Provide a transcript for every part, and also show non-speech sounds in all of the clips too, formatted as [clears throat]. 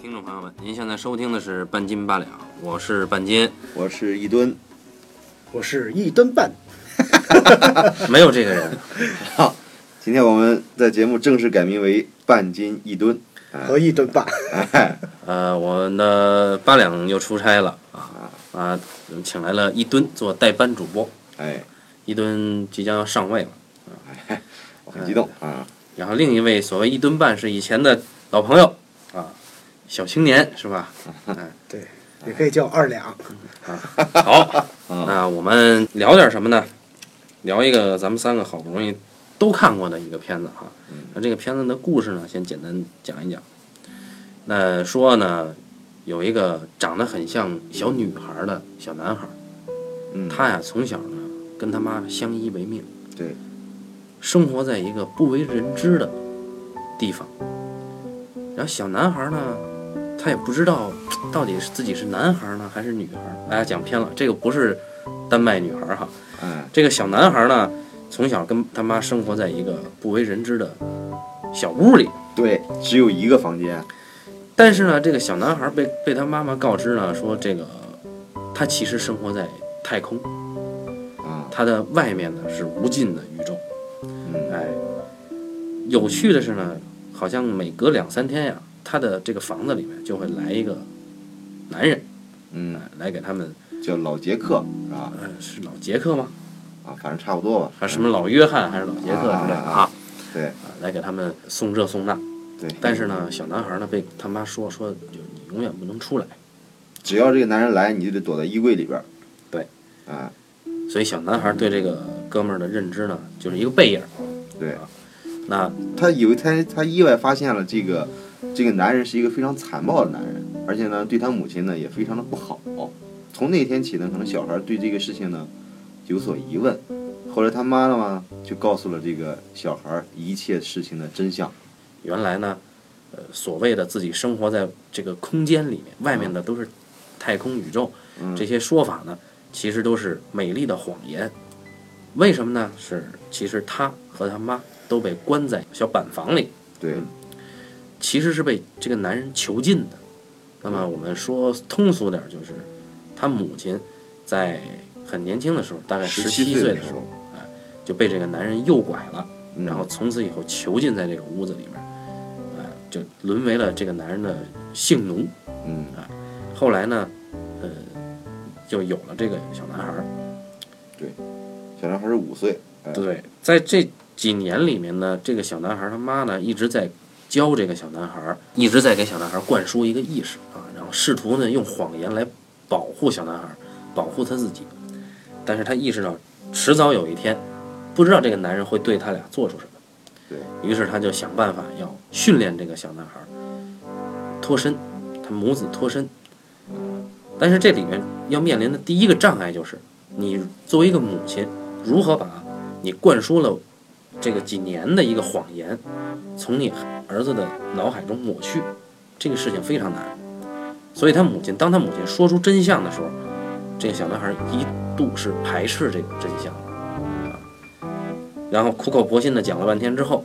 听众朋友们，您现在收听的是半斤八两，我是半斤，我是一吨， [laughs] 我是一吨半，没有这个人。今天我们在节目正式改名为半斤一吨。和一吨半，哎，呃，我们的八两又出差了啊啊，请来了一吨做代班主播，哎，一吨即将要上位了。我很激动哎啊！然后另一位所谓一吨半是以前的老朋友啊，小青年是吧？对，也可以叫二两。好，啊，那我们聊点什么呢？聊一个咱们三个好不容易都看过的一个片子哈。那这个片子的故事呢，先简单讲一讲。那说呢，有一个长得很像小女孩的小男孩，嗯，他呀从小呢跟他妈相依为命，对，生活在一个不为人知的地方。然后小男孩呢，他也不知道到底是自己是男孩呢还是女孩。哎呀，讲偏了，这个不是丹麦女孩哈。哎，这个小男孩呢，从小跟他妈生活在一个不为人知的小屋里。对，只有一个房间，但是呢，这个小男孩被被他妈妈告知呢，说这个他其实生活在太空，啊，他的外面呢是无尽的宇宙。嗯，哎，有趣的是呢，好像每隔两三天呀，他的这个房子里面就会来一个男人，哎嗯，，来给他们，叫老杰克是吧？呃，是老杰克吗？啊，反正差不多吧。还是什么老约翰，还是老杰克之类的啊？对啊，来给他们送这送那。嗯对，但是呢，小男孩呢被他妈说说，就你永远不能出来。只要这个男人来，你就得躲在衣柜里边。对，啊，所以小男孩对这个哥们儿的认知呢，就是一个背影。啊对，那他有一天他意外发现了这个这个男人是一个非常残暴的男人，而且呢对他母亲呢也非常的不好。从那天起呢，可能小孩对这个事情呢有所疑问。后来他妈妈呢就告诉了这个小孩一切事情的真相。原来呢，呃，所谓的自己生活在这个空间里面，外面的都是太空宇宙，嗯这些说法呢，其实都是美丽的谎言。为什么呢？是其实他和他妈都被关在小板房里，对，其实是被这个男人囚禁的。那么我们说通俗点，就是他母亲在很年轻的时候，大概嗯十七七岁岁的的时时候候，就被这个男人诱拐了。嗯然后从此以后囚禁在这个屋子里面，哎、就沦为了这个男人的性奴。嗯后来呢，呃，就有了这个小男孩儿。小男孩是五岁，哎对，在这几年里面呢，这个小男孩儿他妈呢一直在教这个小男孩儿，一直在给小男孩儿灌输一个意识啊，然后试图呢用谎言来保护小男孩儿，保护他自己。但是他意识到，迟早有一天，不知道这个男人会对他俩做出什么。对于是他就想办法要训练这个小男孩儿脱身，他母子脱身。但是这里面要面临的第一个障碍就是，你作为一个母亲，如何把你灌输了这个几年的一个谎言，从你儿子的脑海中抹去，这个事情非常难。所以他母亲，当他母亲说出真相的时候，这个小男孩一度是排斥这个真相的啊。然后苦口婆心的讲了半天之后，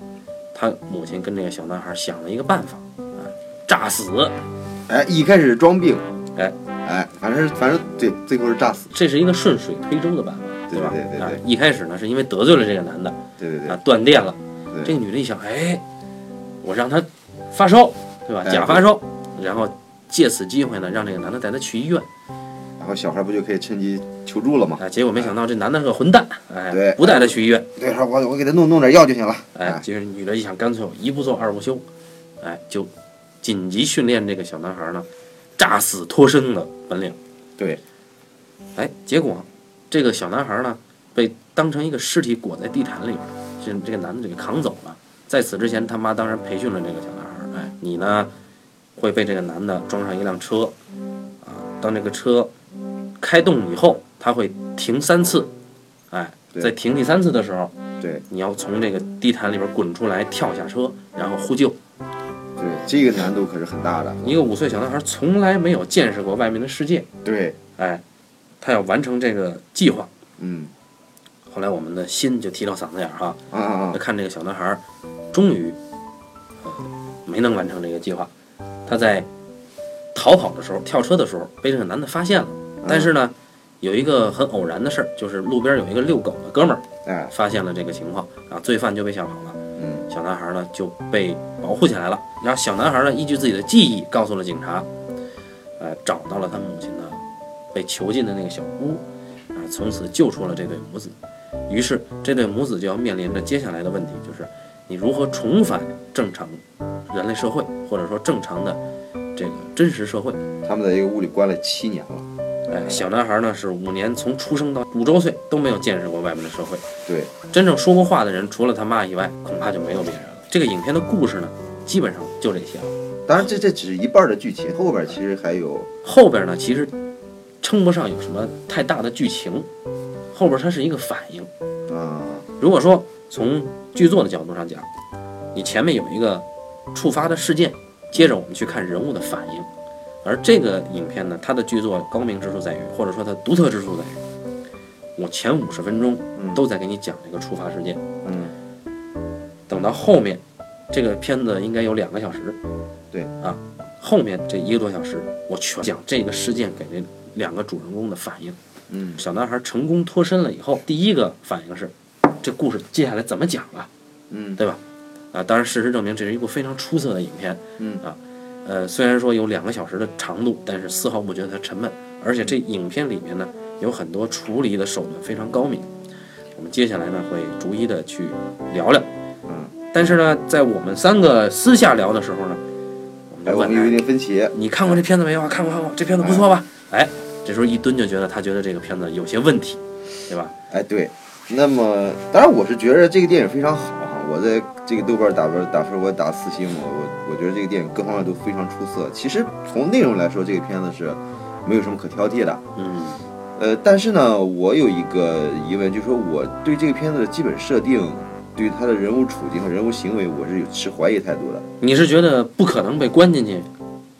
他母亲跟这个小男孩想了一个办法啊，诈死。哎，一开始是装病，哎哎，反正反正对，最后是诈死，这是一个顺水推舟的办法，对吧？对对对啊，一开始呢是因为得罪了这个男的对对对啊，断电了。对，这个女的一想，哎，我让她发烧，对吧？哎假发烧，然后借此机会呢，让这个男的带她去医院然后小孩不就可以趁机求助了吗？啊。结果没想到这男的是个混蛋，对哎，不带她去医院，对，说我我给他弄弄点药就行了，哎，哎，其实女的一想，干脆我一不做二不休，哎，就紧急训练这个小男孩呢，诈死脱身的本领。对，哎，结果这个小男孩呢，被当成一个尸体裹在地毯里边，这这个男的就给扛走了。在此之前，他妈当然培训了这个小男孩，哎，你呢会被这个男的装上一辆车，啊，当这个车开动以后，他会停三次，哎，对在停第三次的时候，对。你要从这个地毯里边滚出来，跳下车，然后呼救。对，这个难度可是很大的。一个五岁小男孩从来没有见识过外面的世界，对，哎，他要完成这个计划。嗯，后来我们的心就提到嗓子眼儿哈，啊啊啊那，看这个小男孩儿，终于，呃，没能完成这个计划。他在逃跑的时候，跳车的时候被这个男的发现了。但是呢，有一个很偶然的事儿，就是路边有一个遛狗的哥们儿哎，发现了这个情况啊，罪犯就被吓跑了。嗯小男孩呢就被保护起来了。然后小男孩呢依据自己的记忆告诉了警察，呃，找到了他母亲呢被囚禁的那个小屋，啊、从此救出了这对母子。于是这对母子就要面临着接下来的问题，就是你如何重返正常人类社会，或者说正常的这个真实社会。他们在一个屋里关了七年了，哎，小男孩呢是五年从出生到五周岁都没有见识过外面的社会，对，真正说过话的人，除了他妈以外，恐怕就没有别人了。这个影片的故事呢，基本上就这些了。当然这这只是一半儿的剧情，后边儿其实还有，后边呢，其实称不上有什么太大的剧情，后边它是一个反应。啊、如果说从剧作的角度上讲，你前面有一个触发的事件，接着我们去看人物的反应。而这个影片呢，它的剧作高明之处在于，或者说它独特之处在于，我前五十分钟嗯，都在给你讲这个触发事件。嗯，等到后面，这个片子应该有两个小时，对啊，后面这一个多小时，我全讲这个事件给这两个主人公的反应。嗯小男孩成功脱身了以后，第一个反应是，这故事接下来怎么讲啊？嗯对吧？啊，当然，事实证明这是一部非常出色的影片。嗯啊，呃，虽然说有两个小时的长度，但是丝毫不觉得它沉闷，而且这影片里面呢有很多处理的手段非常高明。我们接下来呢会逐一的去聊聊。嗯，但是呢，在我们三个私下聊的时候呢，我们哎，就我问们有一他定分歧，你看过这片子没有啊？看过看过，这片子不错吧？嗯哎，这时候一蹲就觉得他觉得这个片子有些问题，对吧？哎，对，那么当然我是觉得这个电影非常好哈，我在这个豆瓣打分打分我打四星嘛，我我觉得这个电影各方面都非常出色。其实从内容来说，这个片子是没有什么可挑剔的。嗯呃，但是呢，我有一个疑问，就是说我对这个片子的基本设定，对他的人物处境和人物行为，我是有持怀疑态度的。你是觉得不可能被关进去？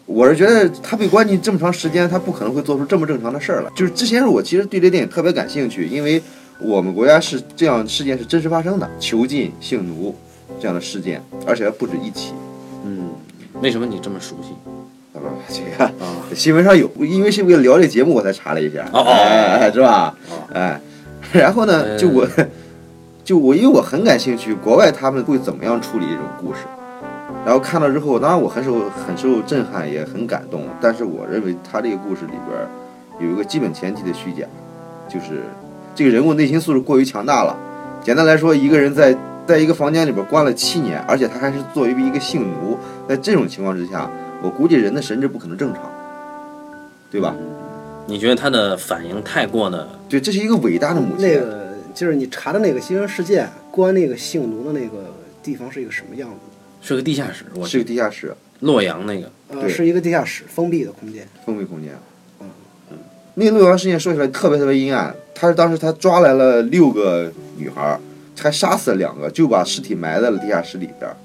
我是觉得他被关进这么长时间，他不可能会做出这么正常的事儿来。就是之前我其实对这电影特别感兴趣，因为我们国家是这样事件是真实发生的，囚禁、性奴这样的事件，而且还不止一起。嗯，为什么你这么熟悉啊，这个啊？新闻上有，因为是为了聊这节目我才查了一下，哦哦哦哎，哎是吧？哦哎，然后嗯呢，就我，就我，因为我很感兴趣，国外他们会怎么样处理这种故事，然后看到之后，当然我很受很受震撼，也很感动，但是我认为他这个故事里边儿有一个基本前提的虚假，就是这个人物内心素质过于强大了。简单来说，一个人在在一个房间里边关了七年，而且他还是作为一个性奴，在这种情况之下，我估计人的神智不可能正常，对吧？嗯你觉得他的反应太过的对，这是一个伟大的母亲。那个就是你查的那个新闻事件，关那个性奴的那个地方是一个什么样子？是个地下室，我是个地下室，啊洛阳那个，呃，对是一个地下室，封闭的空间。封闭空间。嗯那个洛阳事件说起来特别特别阴暗，他是当时他抓来了六个女孩儿，还杀死了两个，就把尸体埋在了地下室里边儿。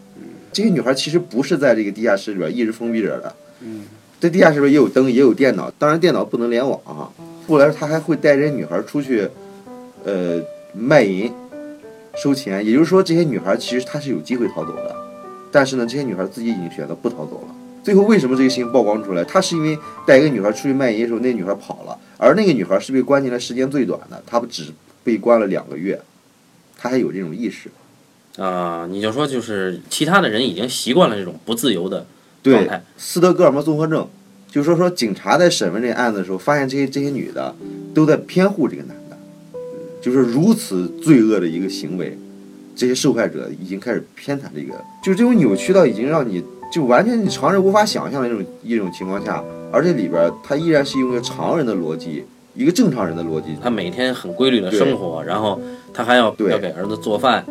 这些女孩儿其实不是在这个地下室里边儿一直封闭着的，嗯，这地下室里边也有灯，也有电脑，当然电脑不能联网啊。后来他还会带这些女孩出去，呃，卖淫，收钱。也就是说，这些女孩其实她是有机会逃走的，但是呢，这些女孩自己已经选择不逃走了。最后为什么这个事情曝光出来？她是因为带一个女孩出去卖淫的时候，那女孩跑了，而那个女孩是被关进来时间最短的，她只被关了两个月，她还有这种意识。啊、你就说就是其他的人已经习惯了这种不自由的状对，态，斯德哥尔摩综合症，就是说说警察在审问这案子的时候，发现这些这些女的都在偏护这个男的，就是如此罪恶的一个行为，这些受害者已经开始偏袒这个，就是这种扭曲到已经让你就完全你常人无法想象的一种一种情况下，而这里边儿他依然是用一个常人的逻辑，一个正常人的逻辑，他每天很规律的生活，然后他还要对要给儿子做饭，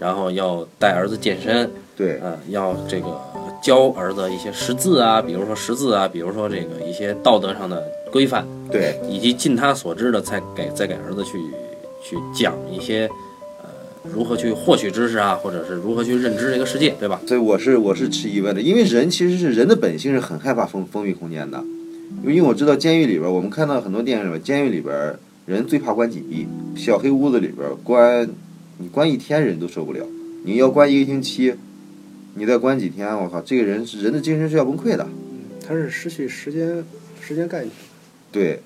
然后要带儿子健身，对嗯，要这个教儿子一些识字啊，比如说识字啊，比如说这个一些道德上的规范，对以及尽他所知的再给再给儿子去去讲一些呃如何去获取知识啊，或者是如何去认知这个世界，对吧？所以我是我是持疑问的，因为人其实是人的本性是很害怕封封闭空间的，因为我知道监狱里边儿，我们看到很多电影里边儿，监狱里边儿人最怕关紧闭，小黑屋子里边儿关你关一天人都受不了，你要关一个星期，你再关几天，我靠，这个人是人的精神是要崩溃的，他嗯是失去时间时间概念。对，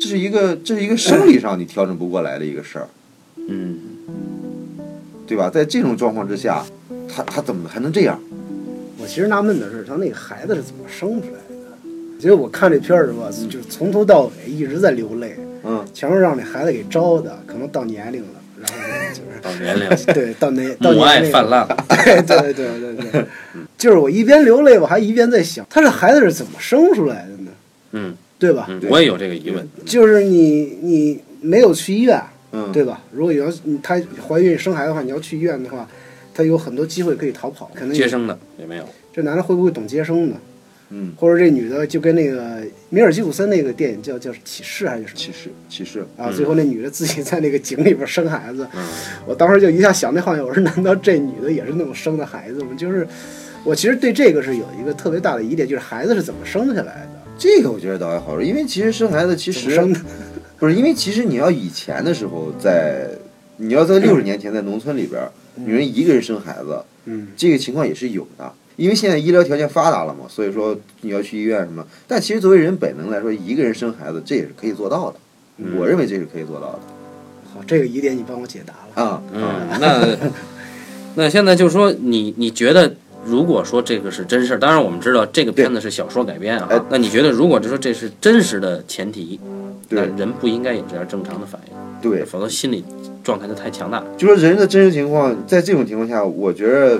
这是一个这是一个生理上你调整不过来的一个事儿，嗯，对吧？在这种状况之下，他他怎么还能这样？我其实纳闷的是，他那个孩子是怎么生出来的？其实我看这片儿是吧，就是从头到尾一直在流泪，嗯，全是让那孩子给招的，可能到年龄了，然后就是到年 [laughs] 龄， [laughs] 对到那到母爱年龄泛了，滥了， [laughs] 对对对对对，就是我一边流泪，我还一边在想，他这孩子是怎么生出来的呢？嗯对吧？嗯，对我也有这个疑问，就是你你没有去医院，嗯，对吧？如果你要你她怀孕生孩子的话，你要去医院的话，她有很多机会可以逃跑。可能接生的也没有，这男的会不会懂接生呢？嗯，或者这女的就跟那个米尔基普森那个电影叫叫启示还是什么？歧视歧视，啊，嗯最后那女的自己在那个井里边生孩子，嗯我当时就一下想那画面，我说难道这女的也是那么生的孩子吗？就是我其实对这个是有一个特别大的疑点，就是孩子是怎么生下来的？这个我觉得倒还好说，因为其实生孩子其怎么实生的？不是因为其实你要以前的时候在，你要在六十年前在农村里边儿，女人一个人生孩子，嗯，这个情况也是有的。因为现在医疗条件发达了嘛，所以说你要去医院什么，但其实作为人本能来说，一个人生孩子这也是可以做到的。嗯我认为这是可以做到好，这个疑点你帮我解答了。的啊。嗯，那那现在就说你你觉得，如果说这个是真事儿，当然我们知道这个片子是小说改编哎啊，那你觉得如果就说这是真实的前提，那对人不应该有这样正常的反应，对，否则心理状态就太强大了。就说人的真实情况，在这种情况下，我觉得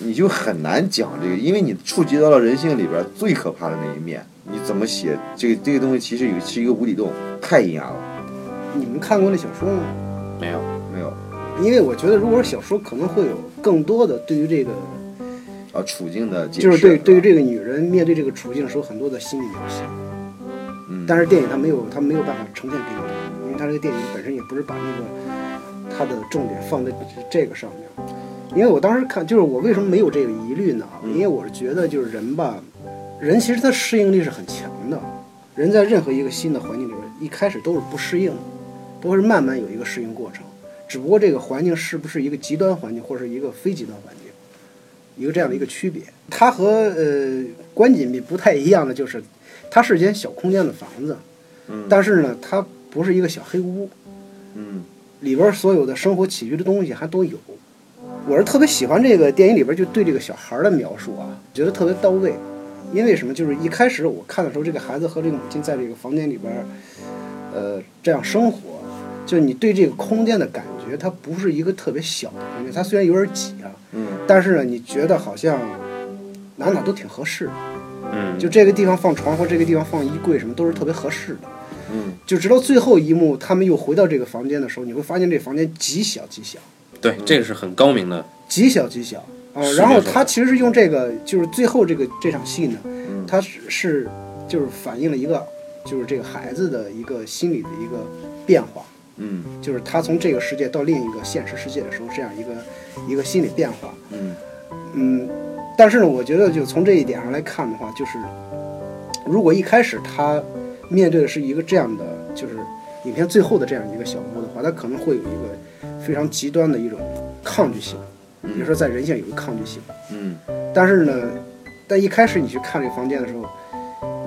你就很难讲这个，因为你触及到了人性里边最可怕的那一面。你怎么写这个这个东西，其实有是一个无底洞，太阴暗了。你们看过那小说吗？没有，没有因为我觉得，如果是小说，可能会有更多的对于这个，啊，处境的解释就是对对于吧这个女人面对这个处境的时候，很多的心理描写。嗯，但是电影它没有，它没有办法呈现给你，因为它这个电影本身也不是把那个它的重点放在这个上面。因为我当时看，就是我为什么没有这个疑虑呢？嗯因为我是觉得，就是人吧，人其实他适应力是很强的。人在任何一个新的环境里边，一开始都是不适应的，都是慢慢有一个适应过程。只不过这个环境是不是一个极端环境，或者是一个非极端环境，一个这样的一个区别。它和呃关锦斌不太一样的就是，它是间小空间的房子，嗯但是呢，它不是一个小黑屋，嗯里边所有的生活起居的东西还都有。我是特别喜欢这个电影里边就对这个小孩的描述啊，觉得特别到位。因为什么？就是一开始我看的时候，这个孩子和这个母亲在这个房间里边，呃，这样生活，就你对这个空间的感觉，它不是一个特别小的空间，它虽然有点挤啊，嗯但是呢，你觉得好像哪哪都挺合适的，嗯，就这个地方放床或这个地方放衣柜什么都是特别合适的。嗯就直到最后一幕，他们又回到这个房间的时候，你会发现这房间极小极小，对，这个是很高明的，极小极小啊。是然后这种他其实是用这个，就是最后这个这场戏呢，嗯，它是是就是反映了一个就是这个孩子的一个心理的一个变化，嗯就是他从这个世界到另一个现实世界的时候，这样一个一个心理变化。嗯嗯，但是呢，我觉得就从这一点上来看的话，就是如果一开始他面对的是一个这样的，就是影片最后的这样一个小屋的话，他可能会有一个非常极端的一种抗拒性，比如说在人性有一个抗拒性。嗯但是呢，在一开始你去看这个房间的时候，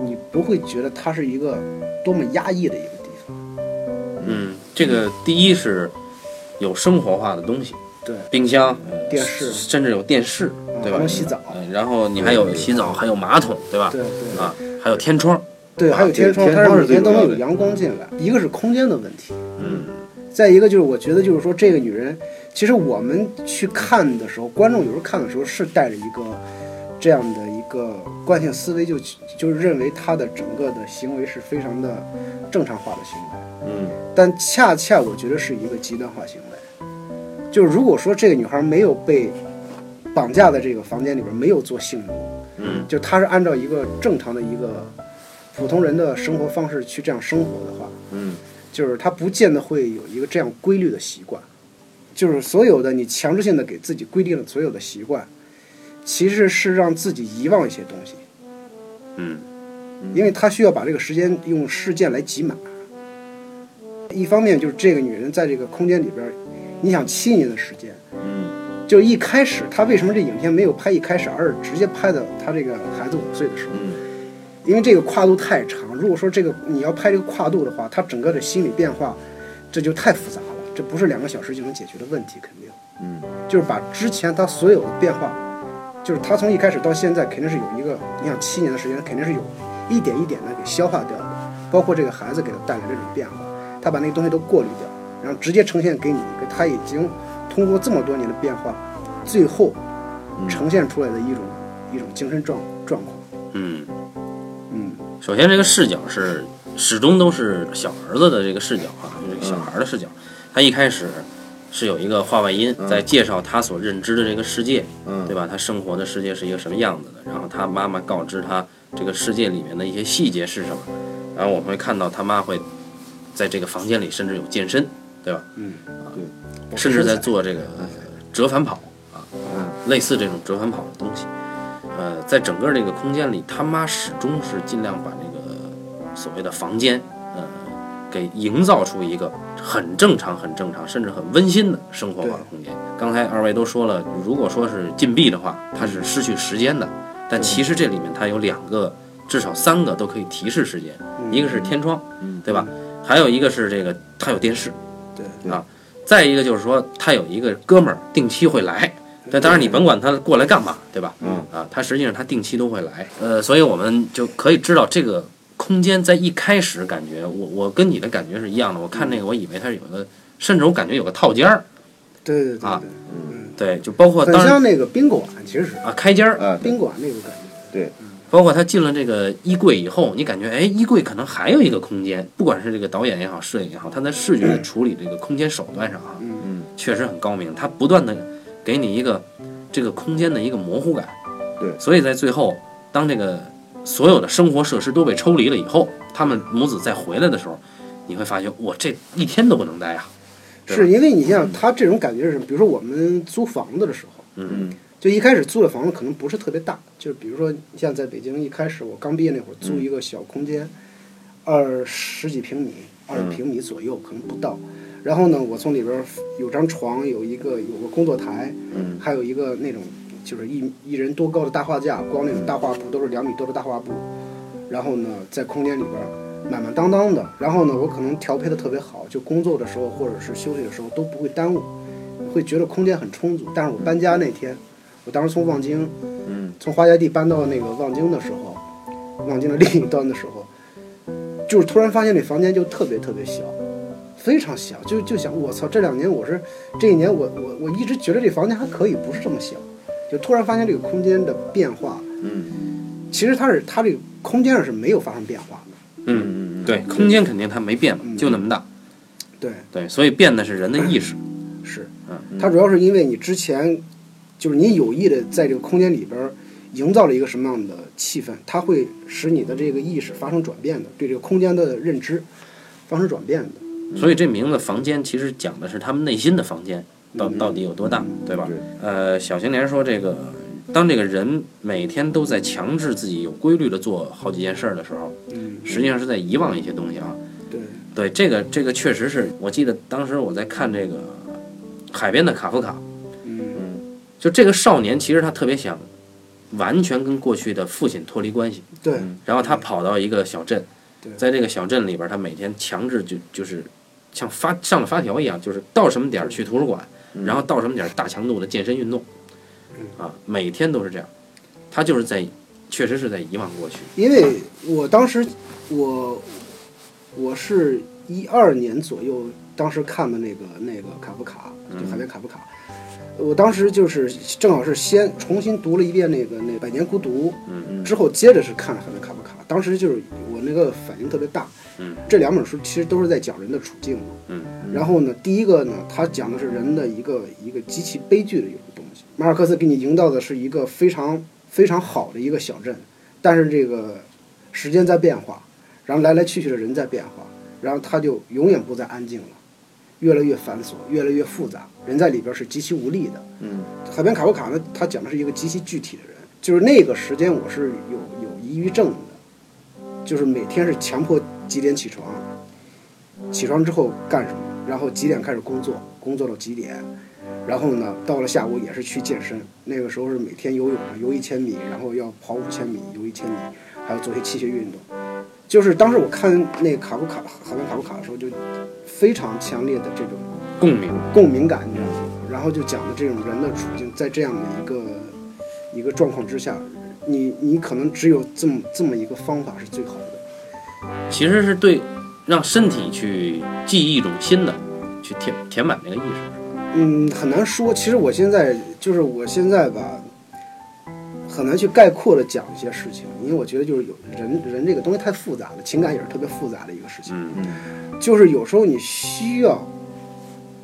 你不会觉得它是一个多么压抑的一个地方。嗯，这个第一是有生活化的东西，对，冰箱、呃电视甚至有电视，啊对还吧能？洗澡，呃然后你还有洗澡，还有马桶，对吧？对对啊，还有天窗，对，还有啊天窗，天它窗是每是最天都能重要有的阳光进来。一个是空间的问题，嗯再一个就是，我觉得就是说，这个女人，其实我们去看的时候，观众有时候看的时候是带着一个这样的一个惯性思维就，就就是认为她的整个的行为是非常的正常化的行为，嗯但恰恰我觉得是一个极端化行为。就是如果说这个女孩没有被绑架在这个房间里边，没有做性奴，嗯就她是按照一个正常的一个普通人的生活方式去这样生活的话，嗯就是他不见得会有一个这样规律的习惯，就是所有的你强制性的给自己规定了所有的习惯，其实是让自己遗忘一些东西，嗯因为他需要把这个时间用事件来挤满。一方面就是这个女人在这个空间里边儿，你想七年的时间，嗯就一开始她为什么这影片没有拍一开始，而是直接拍的她这个孩子五岁的时候，嗯因为这个跨度太长。如果说这个你要拍这个跨度的话，他整个的心理变化，这就太复杂了，这不是两个小时就能解决的问题，肯定。嗯，就是把之前他所有的变化，就是他从一开始到现在，肯定是有一个，你想七年的时间，肯定是有一点一点的给消化掉的，包括这个孩子给他带来这种变化，他把那个东西都过滤掉，然后直接呈现给你一个他已经通过这么多年的变化，最后嗯呈现出来的一种一种精神状状况。嗯，嗯，首先这个视角是始终都是小儿子的这个视角啊，就是这个小孩儿的视角。他一开始是有一个话外音嗯在介绍他所认知的这个世界，嗯，对吧？他生活的世界是一个什么样子的？然后他妈妈告知他这个世界里面的一些细节是什么。然后我们会看到他妈会在这个房间里甚至有健身，对吧？嗯，对，甚至在做这个呃折返跑啊，嗯类似这种折返跑的东西。呃，在整个这个空间里，他妈始终是尽量把这个所谓的房间，呃，给营造出一个很正常、很正常，甚至很温馨的生活化的空间。刚才二位都说了，如果说是禁闭的话，它是失去时间的，但其实这里面它有两个，至少三个都可以提示时间，嗯一个是天窗，嗯对吧？还有一个是这个它有电视，对对啊，再一个就是说他有一个哥们儿定期会来，但当然你甭管他过来干嘛，对吧？嗯啊，他实际上他定期都会来，呃，所以我们就可以知道这个空间在一开始感觉，我我跟你的感觉是一样的。我看嗯那个，我以为它是有个，甚至我感觉有个套间儿，对对对啊对，对，就包括很当然像那个宾馆，其实是啊开间儿，啊，对宾馆那个感觉。包括他进了这个衣柜以后，你感觉哎，衣柜可能还有一个空间，不管是这个导演也好，摄影也好，他在视觉的处理这个空间手段上啊，嗯嗯，确实很高明，它不断的给你一个这个空间的一个模糊感。对所以在最后，当这个所有的生活设施都被抽离了以后，他们母子再回来的时候，你会发现，我这一天都不能待啊。对吧是因为你像他这种感觉是什么？比如说我们租房子的时候，嗯嗯就一开始租的房子可能不是特别大，就是比如说像在北京一开始我刚毕业那会儿租一个小空间，二十几平米，二十平米左右可能不到。然后呢，我从里边儿有张床，有一个有个工作台，嗯还有一个那种就是一一人多高的大画架，光那种大画布都是两米多的大画布，然后呢，在空间里边儿满满当当的，然后呢，我可能调配的特别好，就工作的时候或者是休息的时候都不会耽误，会觉得空间很充足。但是我搬家那天，我当时从望京嗯从花家地搬到那个望京的时候，望京的另一端的时候，就是突然发现那房间就特别特别小，非常小，就就想我操，这两年我是这一年我我我一直觉得这房间还可以，不是这么小，就突然发现这个空间的变化，嗯其实它是它这个空间上是没有发生变化的，嗯，嗯，对，空间肯定它没变嘛，嗯就那么大。对，对，所以变的是人的意识。是嗯，它主要是因为你之前就是你有意的在这个空间里边儿营造了一个什么样的气氛，它会使你的这个意识发生转变的，对这个空间的认知发生转变的。所以这名字“房间”其实讲的是他们内心的房间到嗯到底有多大，对吧对？呃，小青年说这个，当这个人每天都在强制自己有规律的做好几件事儿的时候，嗯，实际上是在遗忘一些东西啊。对，对，这个这个确实是我记得当时我在看这个《海边的卡夫卡》，嗯嗯就这个少年其实他特别想完全跟过去的父亲脱离关系，对，然后他跑到一个小镇对，在这个小镇里边儿，他每天强制就就是像发上了发条一样，就是到什么点儿去图书馆，嗯然后到什么点儿大强度的健身运动，嗯啊，每天都是这样，他就是在确实是在遗忘过去，因为我当时我我是一二年左右，当时看的那个那个卡夫卡，嗯就海边卡夫卡。我当时就是正好是先重新读了一遍那个那《百年孤独》，嗯之后接着是看了《海边卡夫卡》，当时就是我那个反应特别大。嗯，这两本书其实都是在讲人的处境嘛。嗯，然后呢，第一个呢，它讲的是人的一个一个极其悲剧的一种东西。马尔克斯给你营造的是一个非常非常好的一个小镇，但是这个时间在变化，然后来来去去的人在变化，然后它就永远不再安静了，越来越繁琐，越来越复杂，人在里边是极其无力的。嗯海边卡夫卡呢，他讲的是一个极其具体的人，就是那个时间我是有有抑郁症的，就是每天是强迫几点起床，起床之后干什么，然后几点开始工作，工作到几点，然后呢，到了下午也是去健身，那个时候是每天游泳，游一千米，然后要跑五千米，游一千米，还有做一些器械运动。就是当时我看那个卡夫卡海边卡夫卡的时候，就非常强烈的这种共鸣。共鸣感，你知道吗？然后就讲的这种人的处境，在这样的一个一个状况之下，你你可能只有这么这么一个方法是最好的。其实是对让身体去记忆一种新的，去填填满那个意识。嗯，很难说。其实我现在就是我现在吧，很难去概括的讲一些事情，因为我觉得就是有人人这个东西太复杂了，情感也是特别复杂的一个事情。嗯，嗯，就是有时候你需要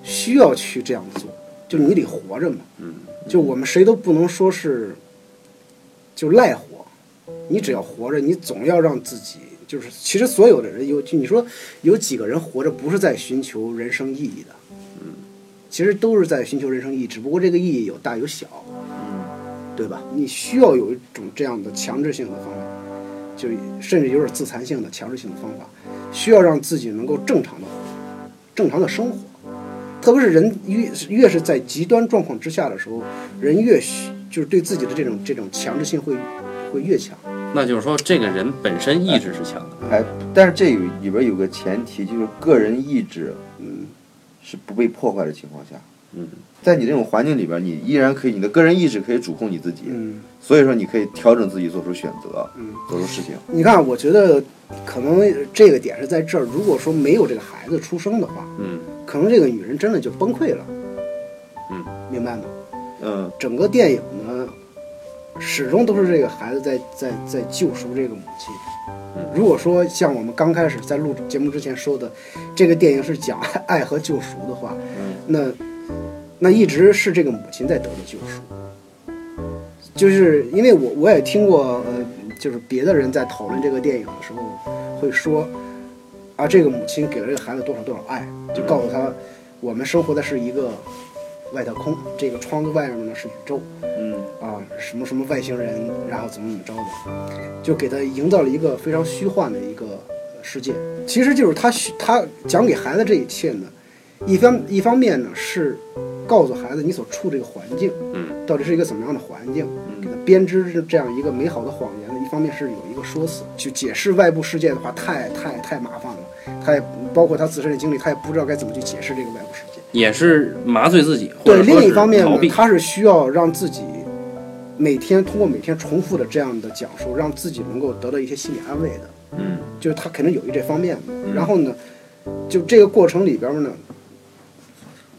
需要去这样做，就你得活着嘛。嗯，就我们谁都不能说是就赖活，你只要活着，你总要让自己就是，其实所有的人有，就你说有几个人活着不是在寻求人生意义的？嗯，其实都是在寻求人生意义，只不过这个意义有大有小。对吧？你需要有一种这样的强制性的方法，就甚至有点自残性的强制性的方法，需要让自己能够正常的、正常的生活。特别是人越越是在极端状况之下的时候，人越需就是对自己的这种这种强制性会会越强。那就是说这个人本身意志是强的。哎，但是这有里边有个前提，就是个人意志，嗯，是不被破坏的情况下，嗯，在你这种环境里边，你依然可以，你的个人意志可以主控你自己，嗯，所以说你可以调整自己，做出选择，嗯，做出事情，你看，我觉得可能这个点是在这儿。如果说没有这个孩子出生的话，嗯，可能这个女人真的就崩溃了。嗯，明白吗？嗯整个电影呢，始终都是这个孩子在在在救赎这个母亲嗯。如果说像我们刚开始在录节目之前说的，这个电影是讲爱和救赎的话，嗯那那一直是这个母亲在得到救赎。就是因为我我也听过，呃，就是别的人在讨论这个电影的时候会说，啊，这个母亲给了这个孩子多少多少爱，就告诉他，我们生活的是一个外太空，这个窗子外面呢是宇宙，嗯啊，什么什么外星人，然后怎么怎么着的，就给他营造了一个非常虚幻的一个呃世界。其实就是他虚他讲给孩子这一切呢，一方一方面呢是告诉孩子你所处这个环境，嗯，到底是一个怎么样的环境，给他嗯编织这样一个美好的谎言呢。一方面是有一个说辞，去解释外部世界的话，太太太麻烦了。他也包括他自身的经历，他也不知道该怎么去解释这个外部世界。也是麻醉自己，或对，者说另是一方面逃呢，避。他是需要让自己每天通过每天重复的这样的讲述，让自己能够得到一些心理安慰的，嗯就是他肯定有一这方面的。嗯然后呢，就这个过程里边呢，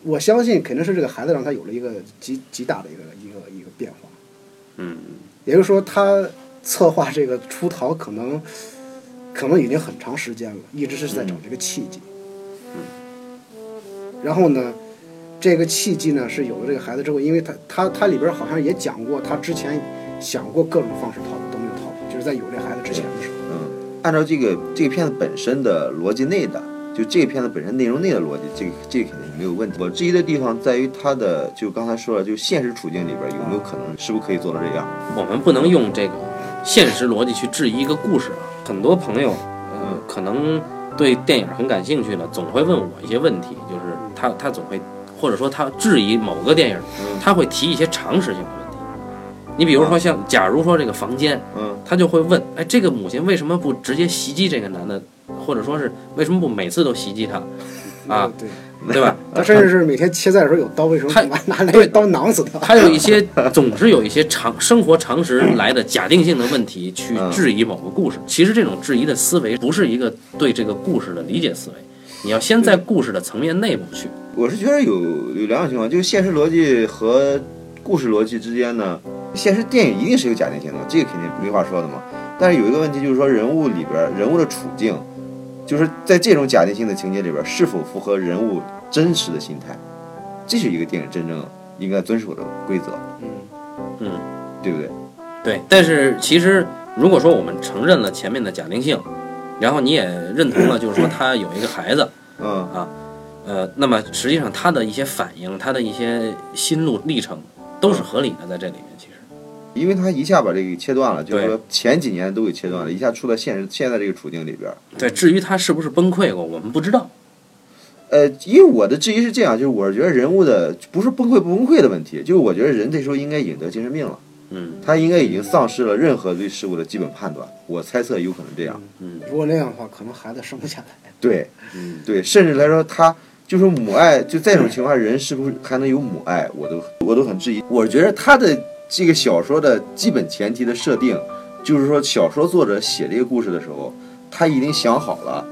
我相信肯定是这个孩子让他有了一个极极大的一个一个一个变化。嗯，也就是说，他策划这个出逃可能可能已经很长时间了，一直是在找这个契机。嗯。然后呢，这个契机呢是有了这个孩子之后，因为他他他里边好像也讲过，他之前想过各种方式逃跑都没有逃跑，就是在有这孩子之前的时候。嗯，按照这个这个片子本身的逻辑内的，就这个片子本身内容内的逻辑，这个这个肯定没有问题。我质疑的地方在于它的，就刚才说了，就现实处境里边有没有可能，是不是可以做到这样？我们不能用这个现实逻辑去质疑一个故事啊。很多朋友，呃，可能对电影很感兴趣的，总会问我一些问题，就是他他总会，或者说他质疑某个电影，他会提一些常识性的问题。你比如说像，假如说这个房间，嗯他就会问，哎，这个母亲为什么不直接袭击这个男的，或者说是为什么不每次都袭击他，啊，对，对吧？他呃甚至是每天切菜的时候有刀，为什么他不拿拿那个刀囊死他？他有一些，总是有一些常生活常识来的假定性的问题去嗯质疑某个故事。其实这种质疑的思维不是一个对这个故事的理解思维，你要先在故事的层面内部去。我是觉得有有两种情况，就是现实逻辑和故事逻辑之间呢，现实电影一定是有假定性的，这个肯定没话说的嘛。但是有一个问题就是说，人物里边人物的处境，就是在这种假定性的情节里边，是否符合人物真实的心态，这是一个电影真正应该遵守的规则，嗯对不对？对，但是其实如果说我们承认了前面的假定性，然后你也认同了，就是说他有一个孩子，嗯呃，那么实际上他的一些反应，他的一些心路历程都是合理的，在这里面其实。因为他一下把这个切断了，就是对说前几年都给切断了，一下处到现实现在这个处境里边，对，至于他是不是崩溃过，我们不知道。呃，因为我的质疑是这样，就是我觉得人物的不是崩溃不崩溃的问题，就是我觉得人这时候应该引得精神病了。嗯他应该已经丧失了任何对事物的基本判断。我猜测有可能这样。嗯如果那样的话，可能孩子生不下来。对嗯对，甚至来说他。就是母爱，就在这种情况下，人是不是还能有母爱？我都我都很质疑。我觉得他的这个小说的基本前提的设定，就是说小说作者写这个故事的时候，他已经想好了，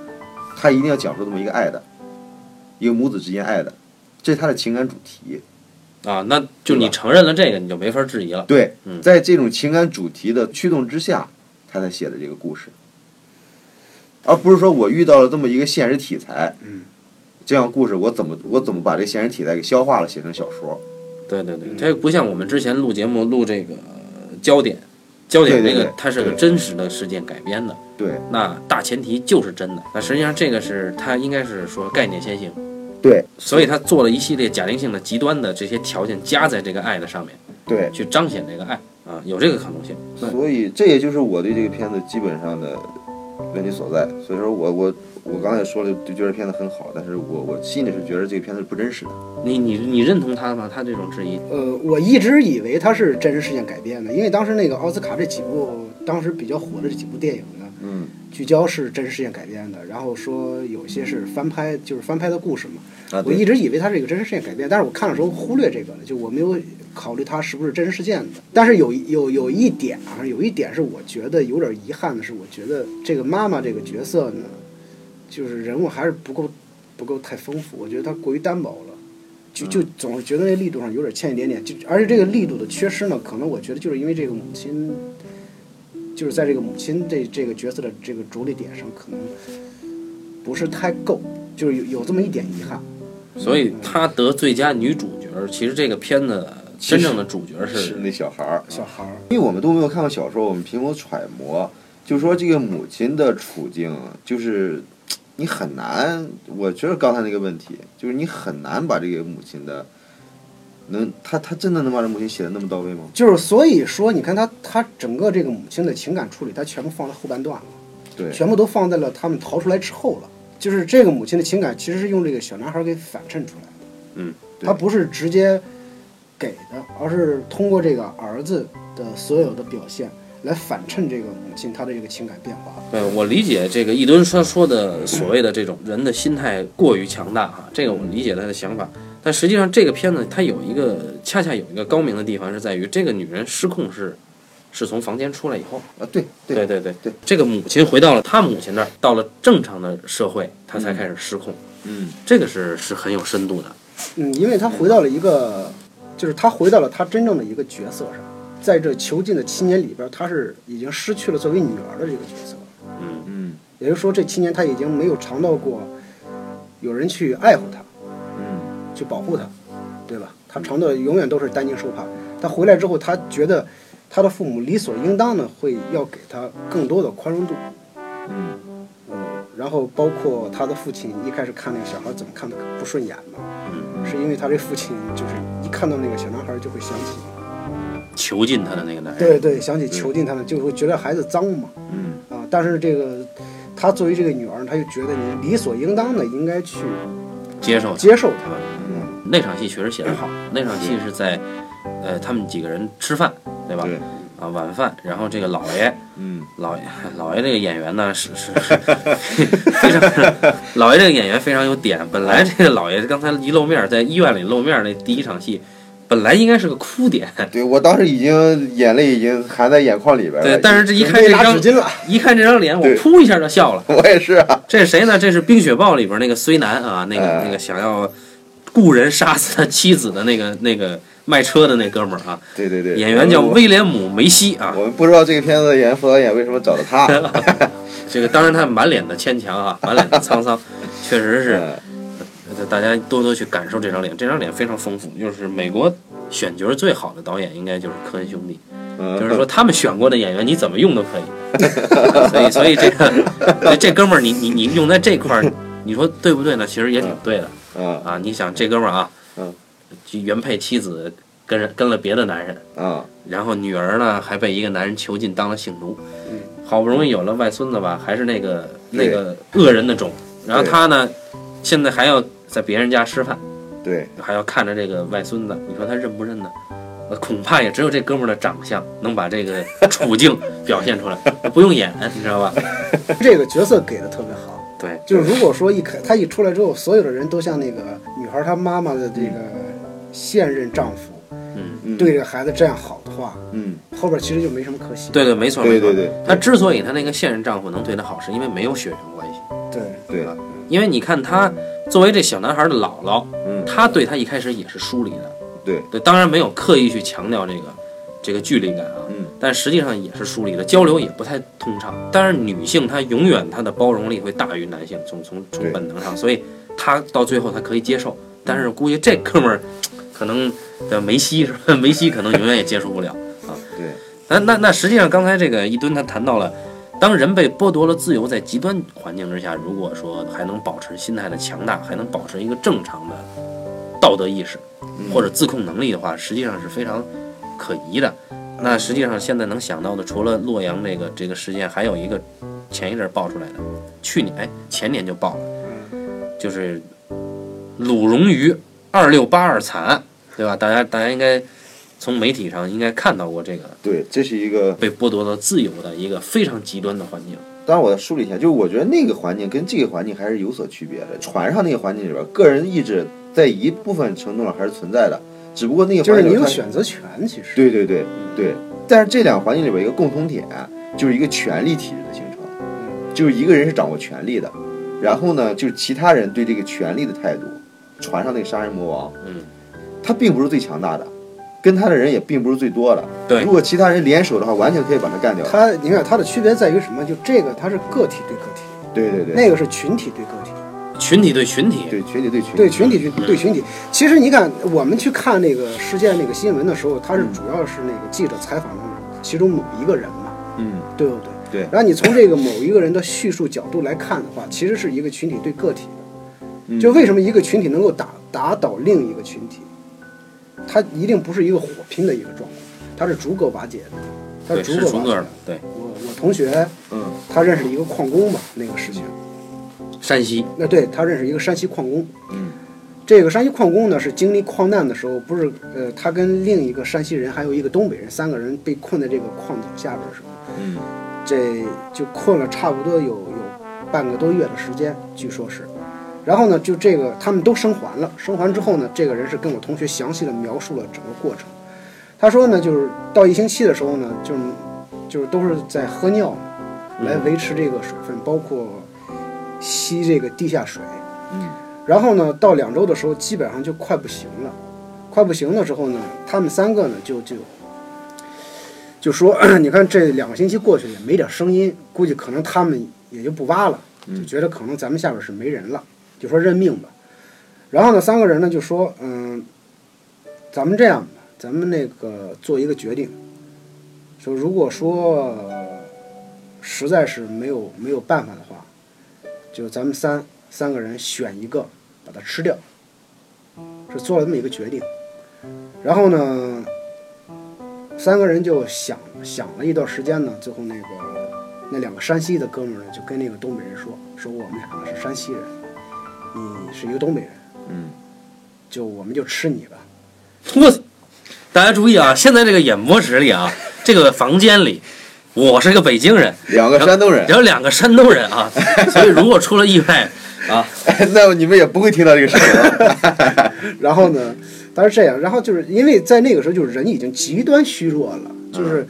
他一定要讲述这么一个爱的，一个母子之间爱的，这是他的情感主题。啊，那就你承认了这个，你就没法质疑了。对嗯，在这种情感主题的驱动之下，他才写的这个故事，而不是说我遇到了这么一个现实题材，嗯，这样故事我怎么我怎么把这现实题材给消化了，写成小说？对对对，嗯这不像我们之前录节目录这个呃焦点，焦点对那对个对它是个对真实的事件改编的，对那大前提就是真的。那实际上这个是它应该是说概念先行，对所以它做了一系列假定性的极端的这些条件加在这个爱的上面，对，去彰显这个爱啊，有这个可能性。对所以这也就是我对这个片子基本上的问题所在。所以说我我我刚才也说了，就觉得片子很好，但是我我心里是觉得这个片子是不真实的。你你你认同他吗？他这种质疑，呃，我一直以为它是真实事件改编的，因为当时那个奥斯卡这几部当时比较火的这几部电影呢，嗯，聚焦是真实事件改编的，然后说有些是翻拍，就是翻拍的故事嘛。啊我一对直以为它是一个真实事件改编，但是我看的时候忽略这个了，就我没有考虑它是不是真实事件的。但是有有有一点啊，有一点是我觉得有点遗憾的是，我觉得这个妈妈这个角色呢，就是人物还是不够不够太丰富，我觉得她过于单薄了，就嗯就总是觉得那力度上有点欠一点点。就而且这个力度的缺失呢，可能我觉得就是因为这个母亲，就是在这个母亲这这个角色的这个着力点上，可能不是太够，就是有有这么一点遗憾。所以他得最佳女主角，其实这个片子其实真正的主角是那小孩儿，小孩儿，因为我们都没有看过小说，我们凭空揣摩，就是说这个母亲的处境，就是你很难，我觉得刚才那个问题，就是你很难把这个母亲的，能，他他真的能把这母亲写的那么到位吗？就是所以说，你看他他整个这个母亲的情感处理，他全部放在后半段了，对，全部都放在了他们逃出来之后了。就是这个母亲的情感，其实是用这个小男孩给反衬出来的。嗯，对他不是直接给的，而是通过这个儿子的所有的表现来反衬这个母亲她的这个情感变化。对，呃我理解这个一吨他说的所谓的这种人的心态过于强大哈，这个我理解他的想法。但实际上，这个片子它有一个恰恰有一个高明的地方是在于，这个女人失控是是从房间出来以后，啊，对对对对对对，这个母亲回到了她母亲那儿，到了正常的社会，她才开始失控，嗯，这个是是很有深度的。嗯，因为他回到了一个，就是他回到了他真正的一个角色上，在这囚禁的七年里边，他是已经失去了作为女儿的这个角色。嗯，嗯也就是说，这七年他已经没有尝到过有人去爱护他、嗯去保护他，对吧？他尝到的永远都是担惊受怕。他回来之后，他觉得他的父母理所应当的会要给他更多的宽容度，嗯嗯，然后包括他的父亲一开始看那个小孩怎么看他不顺眼嘛，嗯是因为他这父亲就是一看到那个小男孩就会想起，囚禁她的那个哎男人，对对，想起囚禁他们，就会觉得孩子脏嘛，嗯啊，但是这个他作为这个女儿，他就觉得你理所应当的应该去接受她接受他。嗯，那场戏确实写得好，那场戏是在呃他们几个人吃饭，对吧？对，啊，晚饭，然后这个老爷。嗯老爷，老爷这个演员呢，是是是 [laughs] 非常，老爷这个演员非常有点。本来这个老爷刚才一露面，在医院里露面那第一场戏，本来应该是个哭点，对我当时已经眼泪已经含在眼眶里边了，对。但是这一看准这备拿张纸，巾了， [laughs] 一看这张脸，我对噗一下就笑了。 [laughs] 我也是啊，这是谁呢？这是《冰雪暴》里边那个虽南啊，那个哎那个想要雇人杀死他妻子的那个那个卖车的那哥们儿啊，对对对，演员叫威廉姆梅西啊我。。我们不知道这个片子的演员副导演为什么找到他， [laughs] 这个当然他满脸的牵强啊，满脸的沧桑，确实 [laughs] 是。嗯呃大家多多去感受这张脸，这张脸非常丰富。就是美国选角最好的导演，应该就是科恩兄弟。嗯，就是说，他们选过的演员，你怎么用都可 [laughs] 以。所以，所以这个所以这哥们儿，你你你用在这块儿，你说对不对呢？其实也挺对的嗯啊。你想，这哥们儿啊，嗯，原配妻子跟人跟了别的男人，嗯。然后女儿呢还被一个男人囚禁当了性奴嗯，好不容易有了外孙子吧，还是那个那对个恶人的种。然后对他呢，现在还要在别人家吃饭。对还要看着这个外孙子，你说他认不认呢？呃恐怕也只有这哥们儿的长相能把这个处 [laughs] 境表现出来，不用演，你知道吧？这个角色给的特别好。对，就是如果说一开他一出来之后，所有的人都像那个女孩她妈妈的这个现任丈夫嗯，嗯对这个孩子这样好的话，嗯，后边其实就没什么可喜。对对，没错没对错。对对，她之所以她那个现任丈夫能对她好，是因为没有血缘关系。对对，因为你看她作为这小男孩的姥姥，嗯她对他一开始也是疏离的。对对，当然没有刻意去强调这个这个距离感啊，嗯，但实际上也是疏离的，交流也不太通畅。但是女性她永远她的包容力会大于男性，从从从对本能上，所以她到最后她可以接受。但是估计这哥们儿可能呃梅西是吧？梅西可能永远也接受不了。啊对，那那那实际上，刚才这个一吨他谈到了，当人被剥夺了自由，在极端环境之下，如果说还能保持心态的强大，还能保持一个正常的道德意识嗯或者自控能力的话，实际上是非常可疑的。那实际上现在能想到的，除了洛阳这个这个事件，还有一个前一阵儿爆出来的，去年哎前年就爆了，嗯，就是鲁荣于二六八二惨案，对吧？大家大家应该从媒体上应该看到过这个。对，这是一个。被剥夺了自由的一个非常极端的环境。当然，我梳理一下，就是我觉得那个环境跟这个环境还是有所区别的。船上那个环境里边，个人意志在一部分程度上还是存在的，只不过那个就环是境你里有它选择权，其实。嗯对对对对，但是这两个环境里边有一个共同点，就是一个权力体制的形成，嗯就是一个人是掌握权力的，然后呢，就是其他人对这个权力的态度。船上那个杀人魔王，嗯，他并不是最强大的，跟他的人也并不是最多的。对如果其他人联手的话，完全可以把他干掉。它，你看它的区别在于什么？就这个它是个体对个体，对对对，那个是群体对个体，群体对群体，对群体对群体，对群体去对群体。其实你看，我们去看那个事件那个新闻的时候，它是嗯主要是那个记者采访的其中某一个人嘛，嗯，对不对？对然后你从这个某一个人的叙述角度来看的话，其实是一个群体对个体的。嗯就为什么一个群体能够打打倒另一个群体，它一定不是一个火拼的一个状况，它是逐个瓦解的，它对是是逐个逐瓦个解的。对，我我同学嗯他认识了一个矿工嘛，那个事情。山西，那对他认识一个山西矿工，嗯这个山西矿工呢是经历矿难的时候，不是呃，他跟另一个山西人还有一个东北人，三个人被困在这个矿井下边的时候，嗯这就困了差不多有有半个多月的时间，据说是。然后呢，就这个他们都生还了，生还之后呢，这个人是跟我同学详细的描述了整个过程。他说呢，就是到一星期的时候呢，就是就是都是在喝尿来维持这个水分，包括吸这个地下水。嗯然后呢，到两周的时候，基本上就快不行了。快不行的时候呢，他们三个呢就就就说， [clears throat] 你看这两个星期过去也没点声音，估计可能他们也就不挖了，就觉得可能咱们下边是没人了，就说认命吧。然后呢，三个人呢就说，嗯，咱们这样吧，咱们那个做一个决定，说如果说呃实在是没有没有办法的话，就咱们三三个人选一个把它吃掉，是做了这么一个决定。然后呢，三个人就想想了一段时间呢，最后那个那两个山西的哥们儿呢，就跟那个东北人说，说我们俩呢是山西人，你是一个东北人，嗯，就我们就吃你吧。我大家注意啊，现在这个演播室里啊，这个房间里，我是个北京人，两个山东人，然后两个山东人 [laughs] 啊，所以如果出了意外啊， [laughs] 那么你们也不会听到这个事情 [laughs] 了。然后呢，他是这样，然后就是因为在那个时候，就是人已经极端虚弱了，就是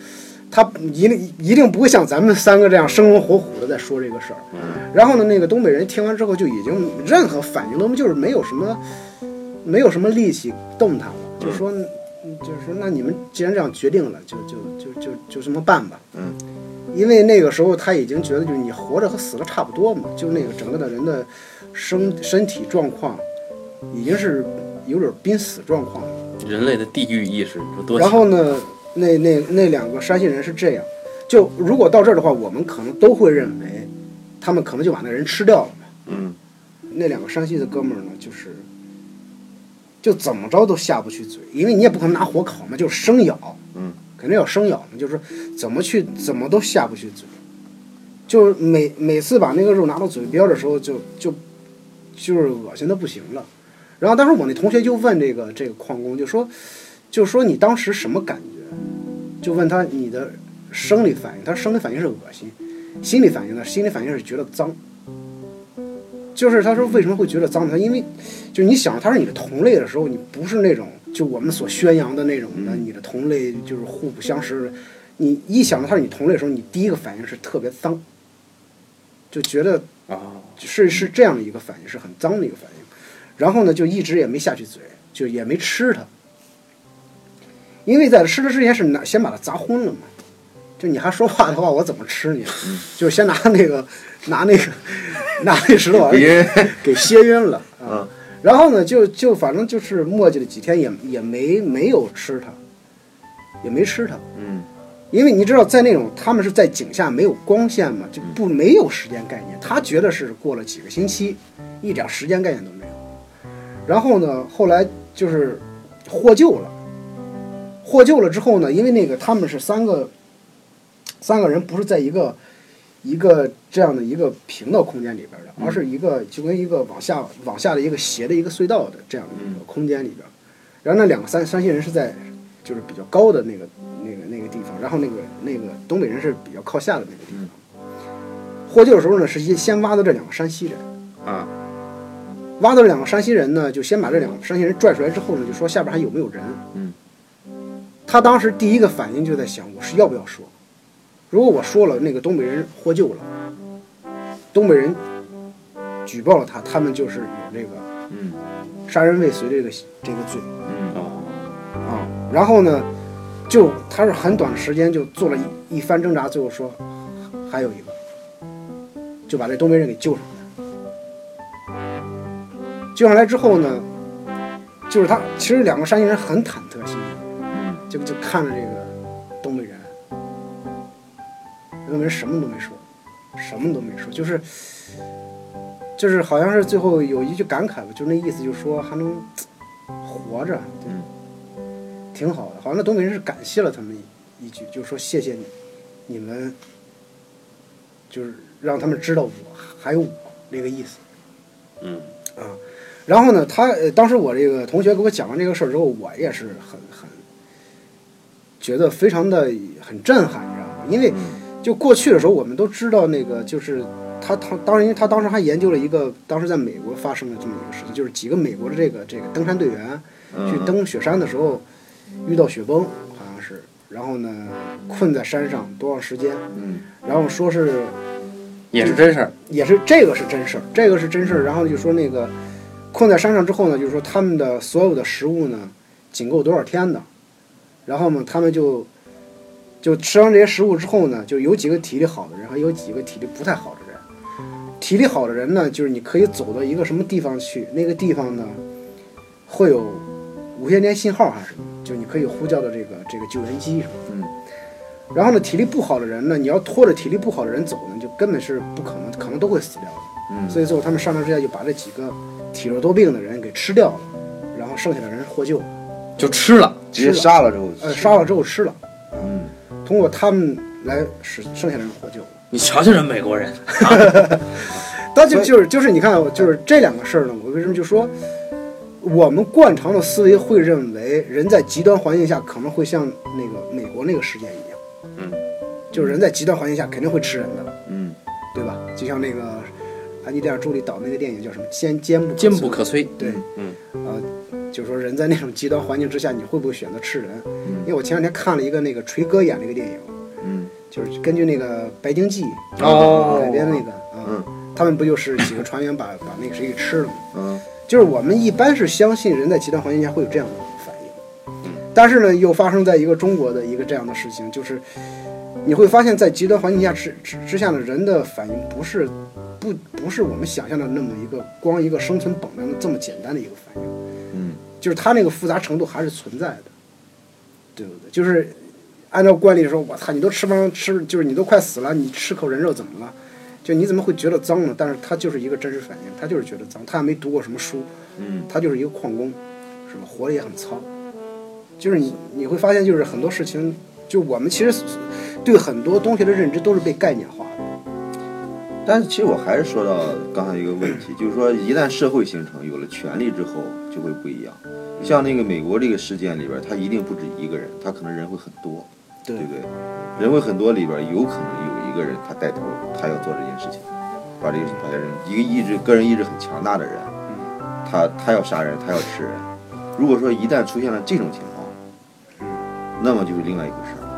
他一定一定不会像咱们三个这样生龙活虎的在说这个事儿。嗯然后呢，那个东北人听完之后就已经任何反应都没有，就是没有什么没有什么力气动他了，就说。就是说，那你们既然这样决定了，就就就就就这么办吧。嗯，因为那个时候他已经觉得，就是你活着和死了差不多嘛，就那个整个的人的身身体状况已经是有点濒死状况了。人类的地域意识有多然强？后呢，那那那两个山西人是这样，就如果到这儿的话，我们可能都会认为，他们可能就把那人吃掉了嘛。嗯那两个山西的哥们儿呢，就是就怎么着都下不去嘴，因为你也不可能拿火烤嘛，就是生咬，嗯，肯定要生咬嘛，就是怎么去怎么都下不去嘴，就是每每次把那个肉拿到嘴边的时候就，就就是恶心的不行了。然后当时我那同学就问这个这个矿工，就说就是说你当时什么感觉？就问他你的生理反应，他生理反应是恶心，心理反应呢？心理反应是觉得脏。就是他说为什么会觉得脏呢？他因为就你想他是你的同类的时候，你不是那种就我们所宣扬的那种的，你的同类就是互不相识。你一想到他是你同类的时候，你第一个反应是特别脏，就觉得啊，是是这样的一个反应，是很脏的一个反应。然后呢，就一直也没下去嘴，就也没吃它，因为在吃它之前是拿先把它砸昏了嘛。就你还说话的话，我怎么吃你？嗯就是先拿那个拿那个拿那石头往上别给歇晕了啊嗯。然后呢，就就反正就是磨叽了几天，也也没没有吃它，也没吃它。嗯因为你知道，在那种他们是在井下没有光线嘛，就不没有时间概念。他觉得是过了几个星期，一点时间概念都没有。然后呢，后来就是获救了。获救了之后呢，因为那个他们是三个三个人，不是在一个一个这样的一个平的空间里边的，而是一个就跟一个往下往下的一个斜的一个隧道的这样的一个空间里边。然后那两个三山西人是在就是比较高的那个那个那个地方，然后那个那个东北人是比较靠下的那个地方。获救的时候呢，是先先挖到这两个山西人，啊，挖到这两个山西人呢，就先把这两个山西人拽出来之后呢，就说下边还有没有人？嗯，他当时第一个反应就在想，我是要不要说？如果我说了，那个东北人获救了，东北人举报了他，他们就是有这个嗯杀人未遂这个这个罪。嗯哦，啊，然后呢，就他是很短时间就做了一一番挣扎，最后说还有一个，就把这东北人给救上来。救上来之后呢，就是他其实两个山西人很忐忑心里，嗯就就看着这个东北人，东北人什么都没说，什么都没说，就是就是好像是最后有一句感慨吧，就那意思，就是说还能活着。嗯挺好的。好像那东北人是感谢了他们一句，就说谢谢你，你们，就是让他们知道我还有我那个意思。嗯，啊，然后呢，他呃，当时我这个同学给我讲完这个事儿之后，我也是很很觉得非常的很震撼，你知道吗？因为就过去的时候，我们都知道那个就是他他当然，因为他当时还研究了一个当时在美国发生的这么一个事情，就是几个美国的这个这个登山队员去嗯登雪山的时候遇到雪崩，好像是，然后呢困在山上多长时间，嗯然后说是也是真事儿，也是这个是真事儿，这个是真事儿。然后就说那个困在山上之后呢，就是说他们的所有的食物呢，仅够多少天的。然后嘛，他们就就吃完这些食物之后呢，就有几个体力好的人，还有几个体力不太好的人。体力好的人呢，就是你可以走到一个什么地方去，那个地方呢会有无线电信号还是什么，就你可以呼叫到这个这个救援机什么的。嗯然后呢，体力不好的人呢，你要拖着体力不好的人走呢，就根本是不可能，可能都会死掉的。嗯所以最后他们上当之下就把这几个体弱多病的人给吃掉了，然后剩下的人获救，就吃了，直接杀了之后，呃，杀了之后吃了，嗯通过他们来使剩下的人获救。你瞧瞧人美国人，但所就以就是就是你看，啊就是哎这两个事儿呢，我为什么就说，我们惯常的思维会认为人在极端环境下可能会像那个美国那个事件一样，嗯，就是人在极端环境下肯定会吃人的，嗯对吧？就像那个安吉丽尔·朱莉导那个电影叫什么《坚坚不坚摧不可摧，对，嗯，呃，就是说人在那种极端环境之下，你会不会选择吃人？因嗯为我前两天看了一个那个锤哥演的一个电影，嗯就是根据那个《白鲸记》哦改编的那个，啊、嗯他们不就是几个船员把把那个谁给吃了吗？嗯就是我们一般是相信人在极端环境下会有这样的反应，嗯但是呢，又发生在一个中国的一个这样的事情，就是你会发现在极端环境下之之之下呢，人的反应不是不不是我们想象的那么一个光一个生存本能的这么简单的一个反应，嗯就是它那个复杂程度还是存在的，对不对？就是按照惯例说，我操，你都吃不上吃，就是你都快死了，你吃口人肉怎么了？就你怎么会觉得脏呢？但是他就是一个真实反应，他就是觉得脏，他也没读过什么书，嗯他就是一个矿工，是吧？活得也很糙，就是你你会发现，就是很多事情，就我们其实对很多东西的认知都是被概念化的。但是其实我还是说到刚才一个问题，就是说一旦社会形成有了权利之后，就会不一样。像那个美国这个事件里边，他一定不止一个人，他可能人会很多，对对不对？人会很多里边，有可能有一个人他带头，他要做这件事情，把这个把这人一个意志个人意志很强大的人，他他要杀人，他要吃人。如果说一旦出现了这种情况，那么就是另外一回事儿了。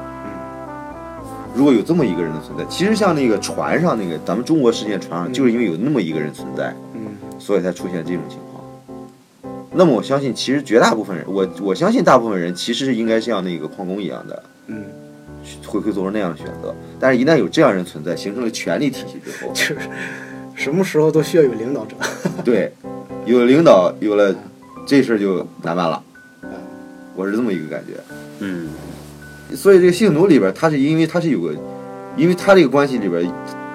如果有这么一个人的存在，其实像那个船上那个，咱们中国事件船上，就是因为有那么一个人存在，嗯，所以才出现这种情况。那么我相信，其实绝大部分人，我我相信大部分人其实是应该像那个矿工一样的，嗯， [laughs] 会会做出那样的选择。但是，一旦有这样人存在，形成了权力体系之后， [laughs] 就是什么时候都需要有领导者。对，有了领导，有了这事儿就难办了。我是这么一个感觉。嗯，所以这个性奴里边儿，它是因为它是有个，因为它这个关系里边儿，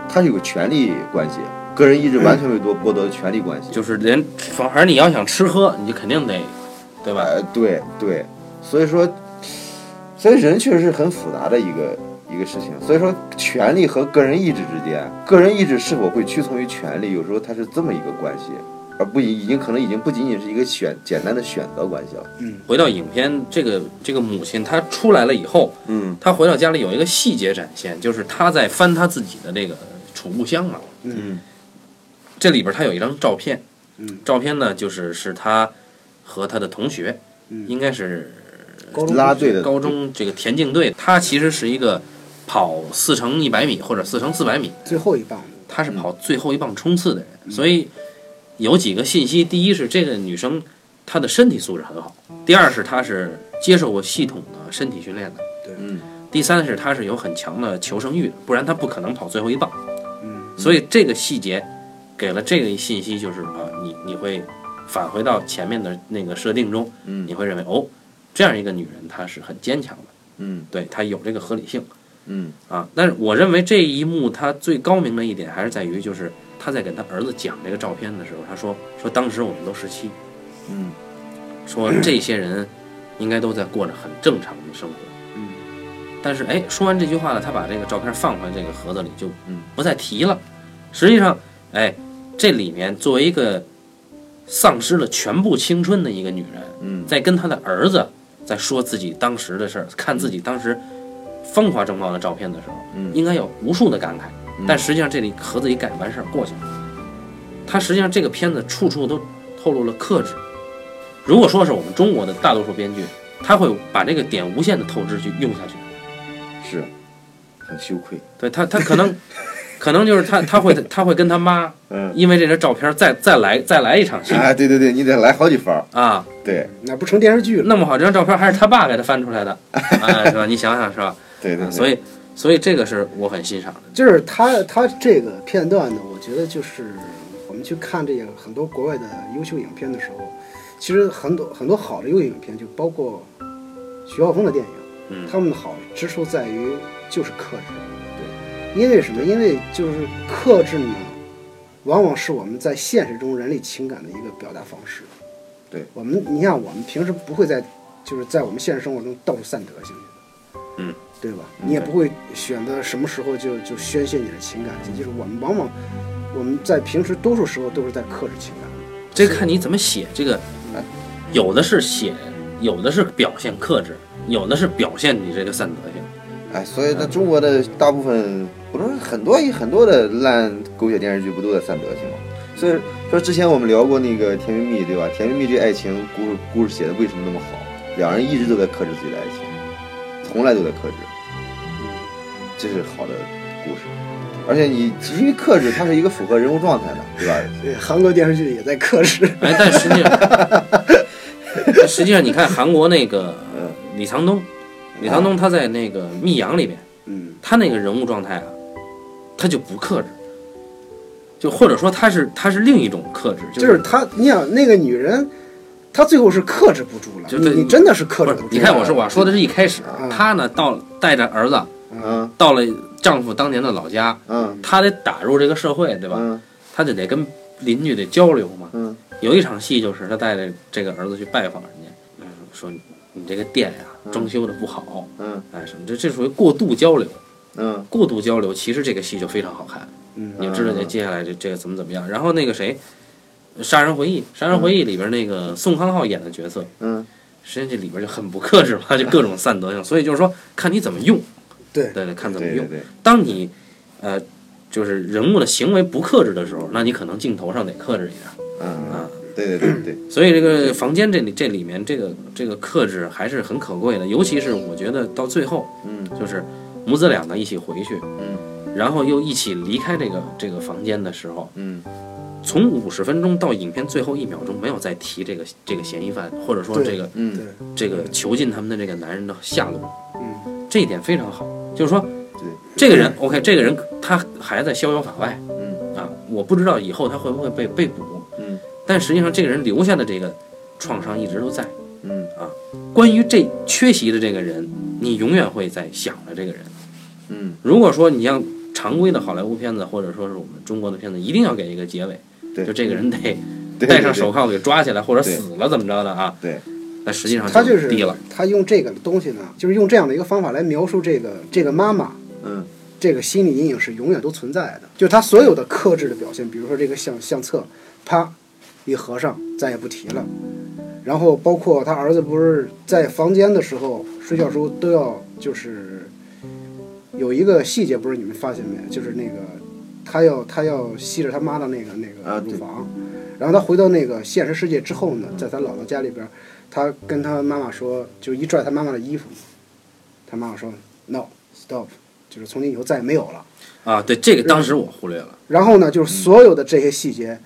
它是有个权利关系，个人意志完全被剥剥夺的权利关系。就是连反而你要想吃喝，你就肯定得，对吧？呃，对对，所以说，所以人确实是很复杂的一个一个事情。所以说，权利和个人意志之间，个人意志是否会屈从于权利，有时候它是这么一个关系，而不已已经可能已经不仅仅是一个选简单的选择关系了。回到影片，这个这个母亲她出来了以后，嗯，她回到家里有一个细节展现，就是她在翻她自己的这个储物箱嘛。嗯，这里边她有一张照片，嗯，照片呢就是是她和她的同学，嗯应该是高中拉队的高中这个田径队，她其实是一个跑四乘一百米或者四乘四百米，最后一棒，她是跑最后一棒冲刺的人，嗯所以有几个信息：第一是这个女生她的身体素质很好；第二是她是接受过系统的身体训练的；嗯第三是她是有很强的求生欲的，不然她不可能跑最后一棒。嗯，所以这个细节给了这个信息，就是啊，你你会返回到前面的那个设定中，嗯你会认为哦，这样一个女人她是很坚强的，嗯对她有这个合理性。嗯啊，但是我认为这一幕他最高明的一点还是在于，就是他在给他儿子讲这个照片的时候，他说说当时我们都十七，嗯说这些人应该都在过着很正常的生活。嗯，但是哎，说完这句话呢，他把这个照片放回这个盒子里，就嗯不再提了。实际上，哎，这里面作为一个丧失了全部青春的一个女人，嗯，在跟她的儿子在说自己当时的事儿，看自己当时风华正茂的照片的时候，嗯应该有无数的感慨。嗯但实际上，这里盒子一盖完事儿过去了。它实际上这个片子处处都透露了克制。如果说是我们中国的大多数编剧，他会把这个点无限的透支去用下去。是很羞愧。对他，他可 [laughs] 能可能就是他他会他会跟他妈嗯因为这张照片再再来再来一场戏啊，对对对，你得来好几番儿。啊，对那不成电视剧了？那么好这张照片还是他爸给他翻出来 [laughs] 的，哎，是吧？你想想是吧？对对对，所以所以这个是我很欣赏的。就是他他这个片段呢，我觉得就是我们去看这个很多国外的优秀影片的时候，其实很多很多好的优秀影片，就包括徐浩峰的电影，嗯他们的好之处在于就是克制，对，因为什么？因为就是克制呢，往往是我们在现实中人类情感的一个表达方式。对我们，你像我们平时不会在，就是在我们现实生活中到处散德行去的，嗯，对吧？你也不会选择什么时候就就宣泄你的情感，这就是我们往往我们在平时多数时候都是在克制情感的。这看你怎么写这个，哎有的是写，有的是表现克制，有的是表现你这个散德性。哎，所以那中国的大部分，不是很多很多的烂狗血电视剧不都在散德性吗？所以说之前我们聊过那个《甜蜜蜜》，对吧？《甜蜜蜜》这爱情故事故事写的为什么那么好？两人一直都在克制自己的爱情，从来都在克制，这是好的故事。而且你因为克制，它是一个符合人物状态的，对吧？对，韩国电视剧也在克制，哎，但实际上，但实际上你看韩国那个呃李沧东，李沧东他在那个《密阳》里面，嗯，他那个人物状态啊，他就不克制，就或者说他是他是另一种克制， [laughs] 就是是他，你想那个女人，她最后是克制不住了，就你对你真的是克不制是不住了。你看我说我说的是一开始嗯，他呢到带着儿子嗯到了丈夫当年的老家，嗯他得打入这个社会，对吧？嗯他就得跟邻居得交流嘛。嗯有一场戏就是他带着这个儿子去拜访人家，嗯，说你你这个店呀、装修的不好，嗯哎什么这这属于过度交流，嗯过度交流其实这个戏就非常好看，嗯你就知道这啊接下来这这个怎么怎么样。然后那个谁，《杀人回忆》《杀人回忆》里边那个宋康昊演的角色，嗯，实际上这里边就很不克制嘛，就各种散德性。所以就是说，看你怎么用，对对对，看怎么对用对。对，当你呃就是人物的行为不克制的时候，那你可能镜头上得克制一点嗯，啊。对对对对，所以这个房间这里这里面这个这个克制还是很可贵的，尤其是我觉得到最后嗯就是母子两个一起回去，嗯然后又一起离开这个这个房间的时候，嗯从五十分钟到影片最后一秒钟没有再提这个这个嫌疑犯或者说对这个对嗯，，这个囚禁他们的这个男人的下落，嗯这一点非常好，就是说对，这个人 OK，这个人他还在逍遥法外，嗯啊，我不知道以后他会不会被被捕，嗯但实际上这个人留下的这个创伤一直都在。嗯关于这缺席的这个人，你永远会在想着这个人。嗯如果说你像常规的好莱坞片子，或者说是我们中国的片子，一定要给一个结尾，对就这个人得对，戴上对手，铐给抓起来，或者对死了怎么着的啊？对，但实际上他就是低了。他用这个东西呢，就是用这样的一个方法来描述这个这个妈妈，对嗯这个心理阴影是永远都存在的。就他所有的克制的表现，比如说这个相相册，啪一合上，再也不提了。然后包括他儿子不是在房间的时候睡觉时候都要就是有一个细节，不是你们发现没？就是那个他要他要吸着他妈的那个那啊个对乳房，然后他回到那个现实世界之后呢，在他姥姥家里边，他跟他妈妈说，就一拽他妈妈的衣服，他妈妈说 no stop，就是从今以后再也没有了。啊，对这个当时我忽略了，然后呢，就是所有的这些细节，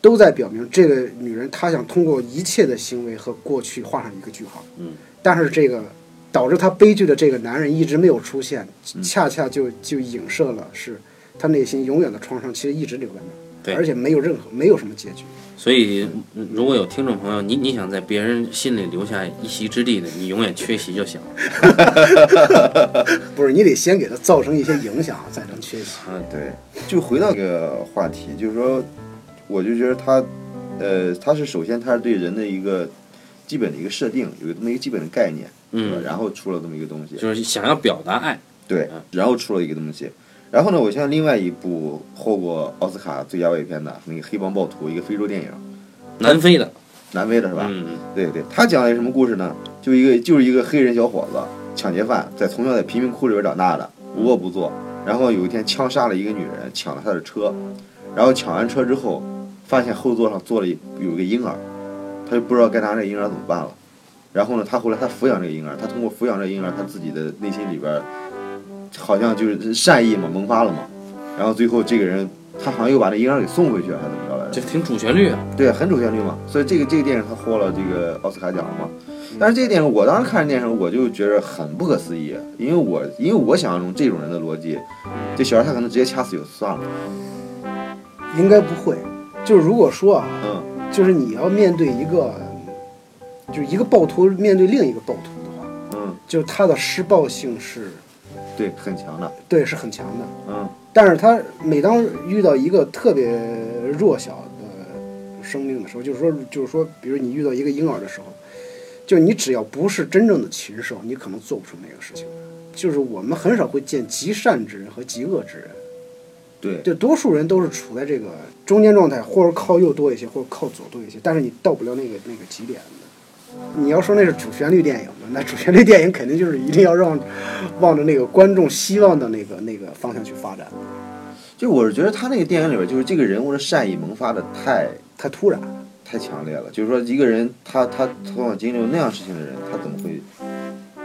都在表明这个女人她想通过一切的行为和过去画上一个句号。嗯，但是这个导致她悲剧的这个男人一直没有出现，嗯恰恰就就影射了是她内心永远的创伤，其实一直留在那对儿，而且没有任何没有什么结局。所以嗯如果有听众朋友，你你想在别人心里留下一席之地的，你永远缺席就行了。不是，你得先给她造成一些影响，再能缺席。啊，对，就回到这个话题，就是说，我就觉得他，呃，他是首先他是对人的一个基本的一个设定，有这么一个基本的概念，对吧嗯，然后出了这么一个东西，就是想要表达爱，对嗯，然后出了一个东西。然后呢，我像另外一部获过奥斯卡最佳外语片的那个《黑帮暴徒》，一个非洲电影，南非的，南非的是吧？嗯，对对，他讲了一个什么故事呢？就一个就是一个黑人小伙子，抢劫犯，在从小在贫民窟里边长大的，无恶不作。然后有一天枪杀了一个女人，抢了她的车，然后抢完车之后，发现后座上坐了一有一个婴儿，他就不知道该拿这个婴儿怎么办了。然后呢，他后来他抚养这个婴儿，他通过抚养这个婴儿，他自己的内心里边，好像就是善意嘛萌发了嘛。然后最后这个人，他好像又把那婴儿给送回去了，还是怎么着来这着？挺主旋律啊。对，很主旋律嘛。所以这个这个电影它获了这个奥斯卡奖了嘛。但是这个电影我当时看这电影的时候我就觉得很不可思议，因为我因为我想象中这种人的逻辑，这小孩他可能直接掐死就算了。应该不会。就是如果说啊，嗯就是你要面对一个，就是一个暴徒面对另一个暴徒的话，嗯，就是他的施暴性是对，很强的。对是很强的，嗯但是他每当遇到一个特别弱小的生命的时候，就是说就是说，比如你遇到一个婴儿的时候，就你只要不是真正的禽兽，你可能做不出那个事情。就是我们很少会见极善之人和极恶之人，对就多数人都是处在这个中间状态，或者靠右多一些，或者靠左多一些，但是你到不了那个那个极点的。你要说那是主旋律电影嘛，那主旋律电影肯定就是一定要让望着那个观众希望的那个那个方向去发展，就我是觉得他那个电影里边，就是这个人物的善意萌发的太太突然。太强烈了。就是说一个人他他从小经历过那样事情的人，他怎么会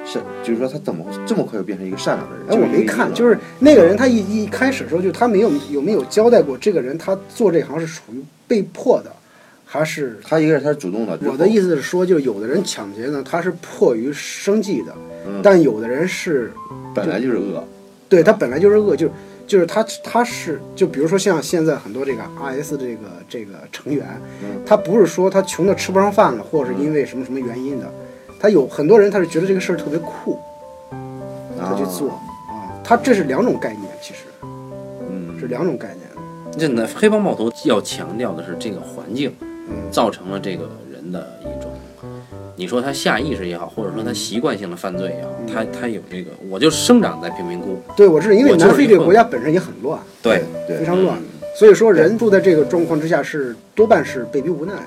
善？就是说他怎么会这么快就变成一个善良的人？哎，我没看，就是是那个人他一一开始的时候，就他没有有没有交代过这个人他做这行是属于被迫的，还是他一个人他是主动的。我的意思，思是说，就有的人抢劫呢，他是迫于生计的，嗯但有的人是本来就是恶。对他本来就是恶，就是就是他他是就比如说像现在很多这个 RS 这个这个成员嗯，他不是说他穷的吃不上饭了，或者是因为什么什么原因的，他有很多人他是觉得这个事儿特别酷，他去做啊啊，他这是两种概念，其实嗯，是两种概念。这南黑帮暴徒要强调的是这个环境嗯，造成了这个人的一种你说他下意识也好，或者说他习惯性的犯罪也好，他他有这个，我就生长在贫民窟，对，我是因为我就是南非这一个个国家本身也很乱，对，对非，常乱，所以说人住在这个状况之下是多半是被逼无奈的。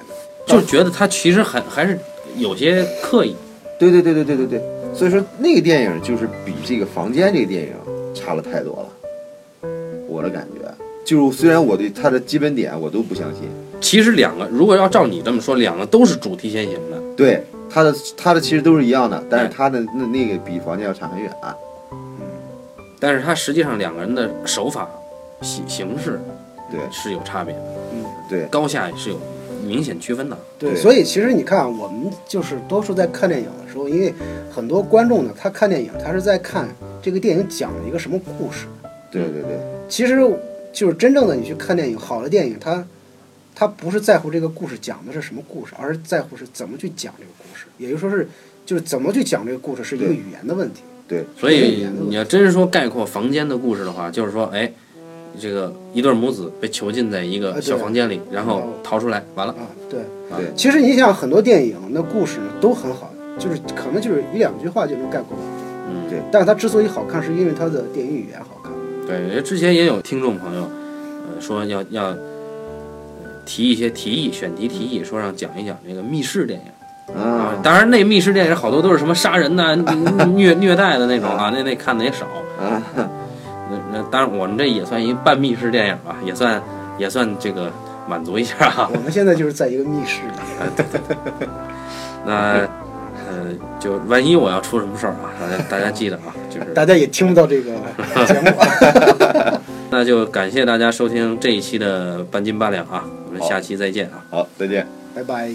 就觉得他其实还还是有些刻意，对对对对对对对，所以说那个电影就是比这个《房间》这个电影差了太多了，我的感觉就是虽然我对它的基本点我都不相信，其实两个如果要照你这么说，两个都是主题先行的，对它的它的其实都是一样的，但是哎它的那那个比《房间》要差很远、啊但是他实际上两个人的手法、形形式对是有差别的，对高下是有明显区分的。对，对所以其实你看啊，我们就是多数在看电影的时候，因为很多观众呢，他看电影，他是在看这个电影讲了一个什么故事。对对对，其实就是真正的你去看电影，好的电影，它它不是在乎这个故事讲的是什么故事，而是在乎是怎么去讲这个故事，也就是说是就是怎么去讲这个故事是一个对语言的问题。所以你要真是说概括房间的故事的话，就是说，哎，这个一对母子被囚禁在一啊个对小房间里，然后哦逃出来，完了，啊，对啊对其实你想，很多电影那故事呢都很好，就是可能就是一两句话就能概括完。嗯，对但是它之所以好看，是因为它的电影语言好看。对，之前也有听众朋友，呃，说要要呃提一些提议，选题提议，说让讲一讲这个密室电影啊当然，那密室电影好多都是什么杀人 [laughs] 呐、虐虐待的那种啊，那那看的也少。啊， [laughs] 那那当然，我们这也算一半密室电影吧，也算也算这个满足一下啊。我们现在就是在一个密室里，那呃，就万一我要出什么事儿啊，大家大家记得啊，就是大家也听不到这个节目。那就感谢大家收听这一期的半斤八两啊，我们下期再见啊。好，再见。拜拜。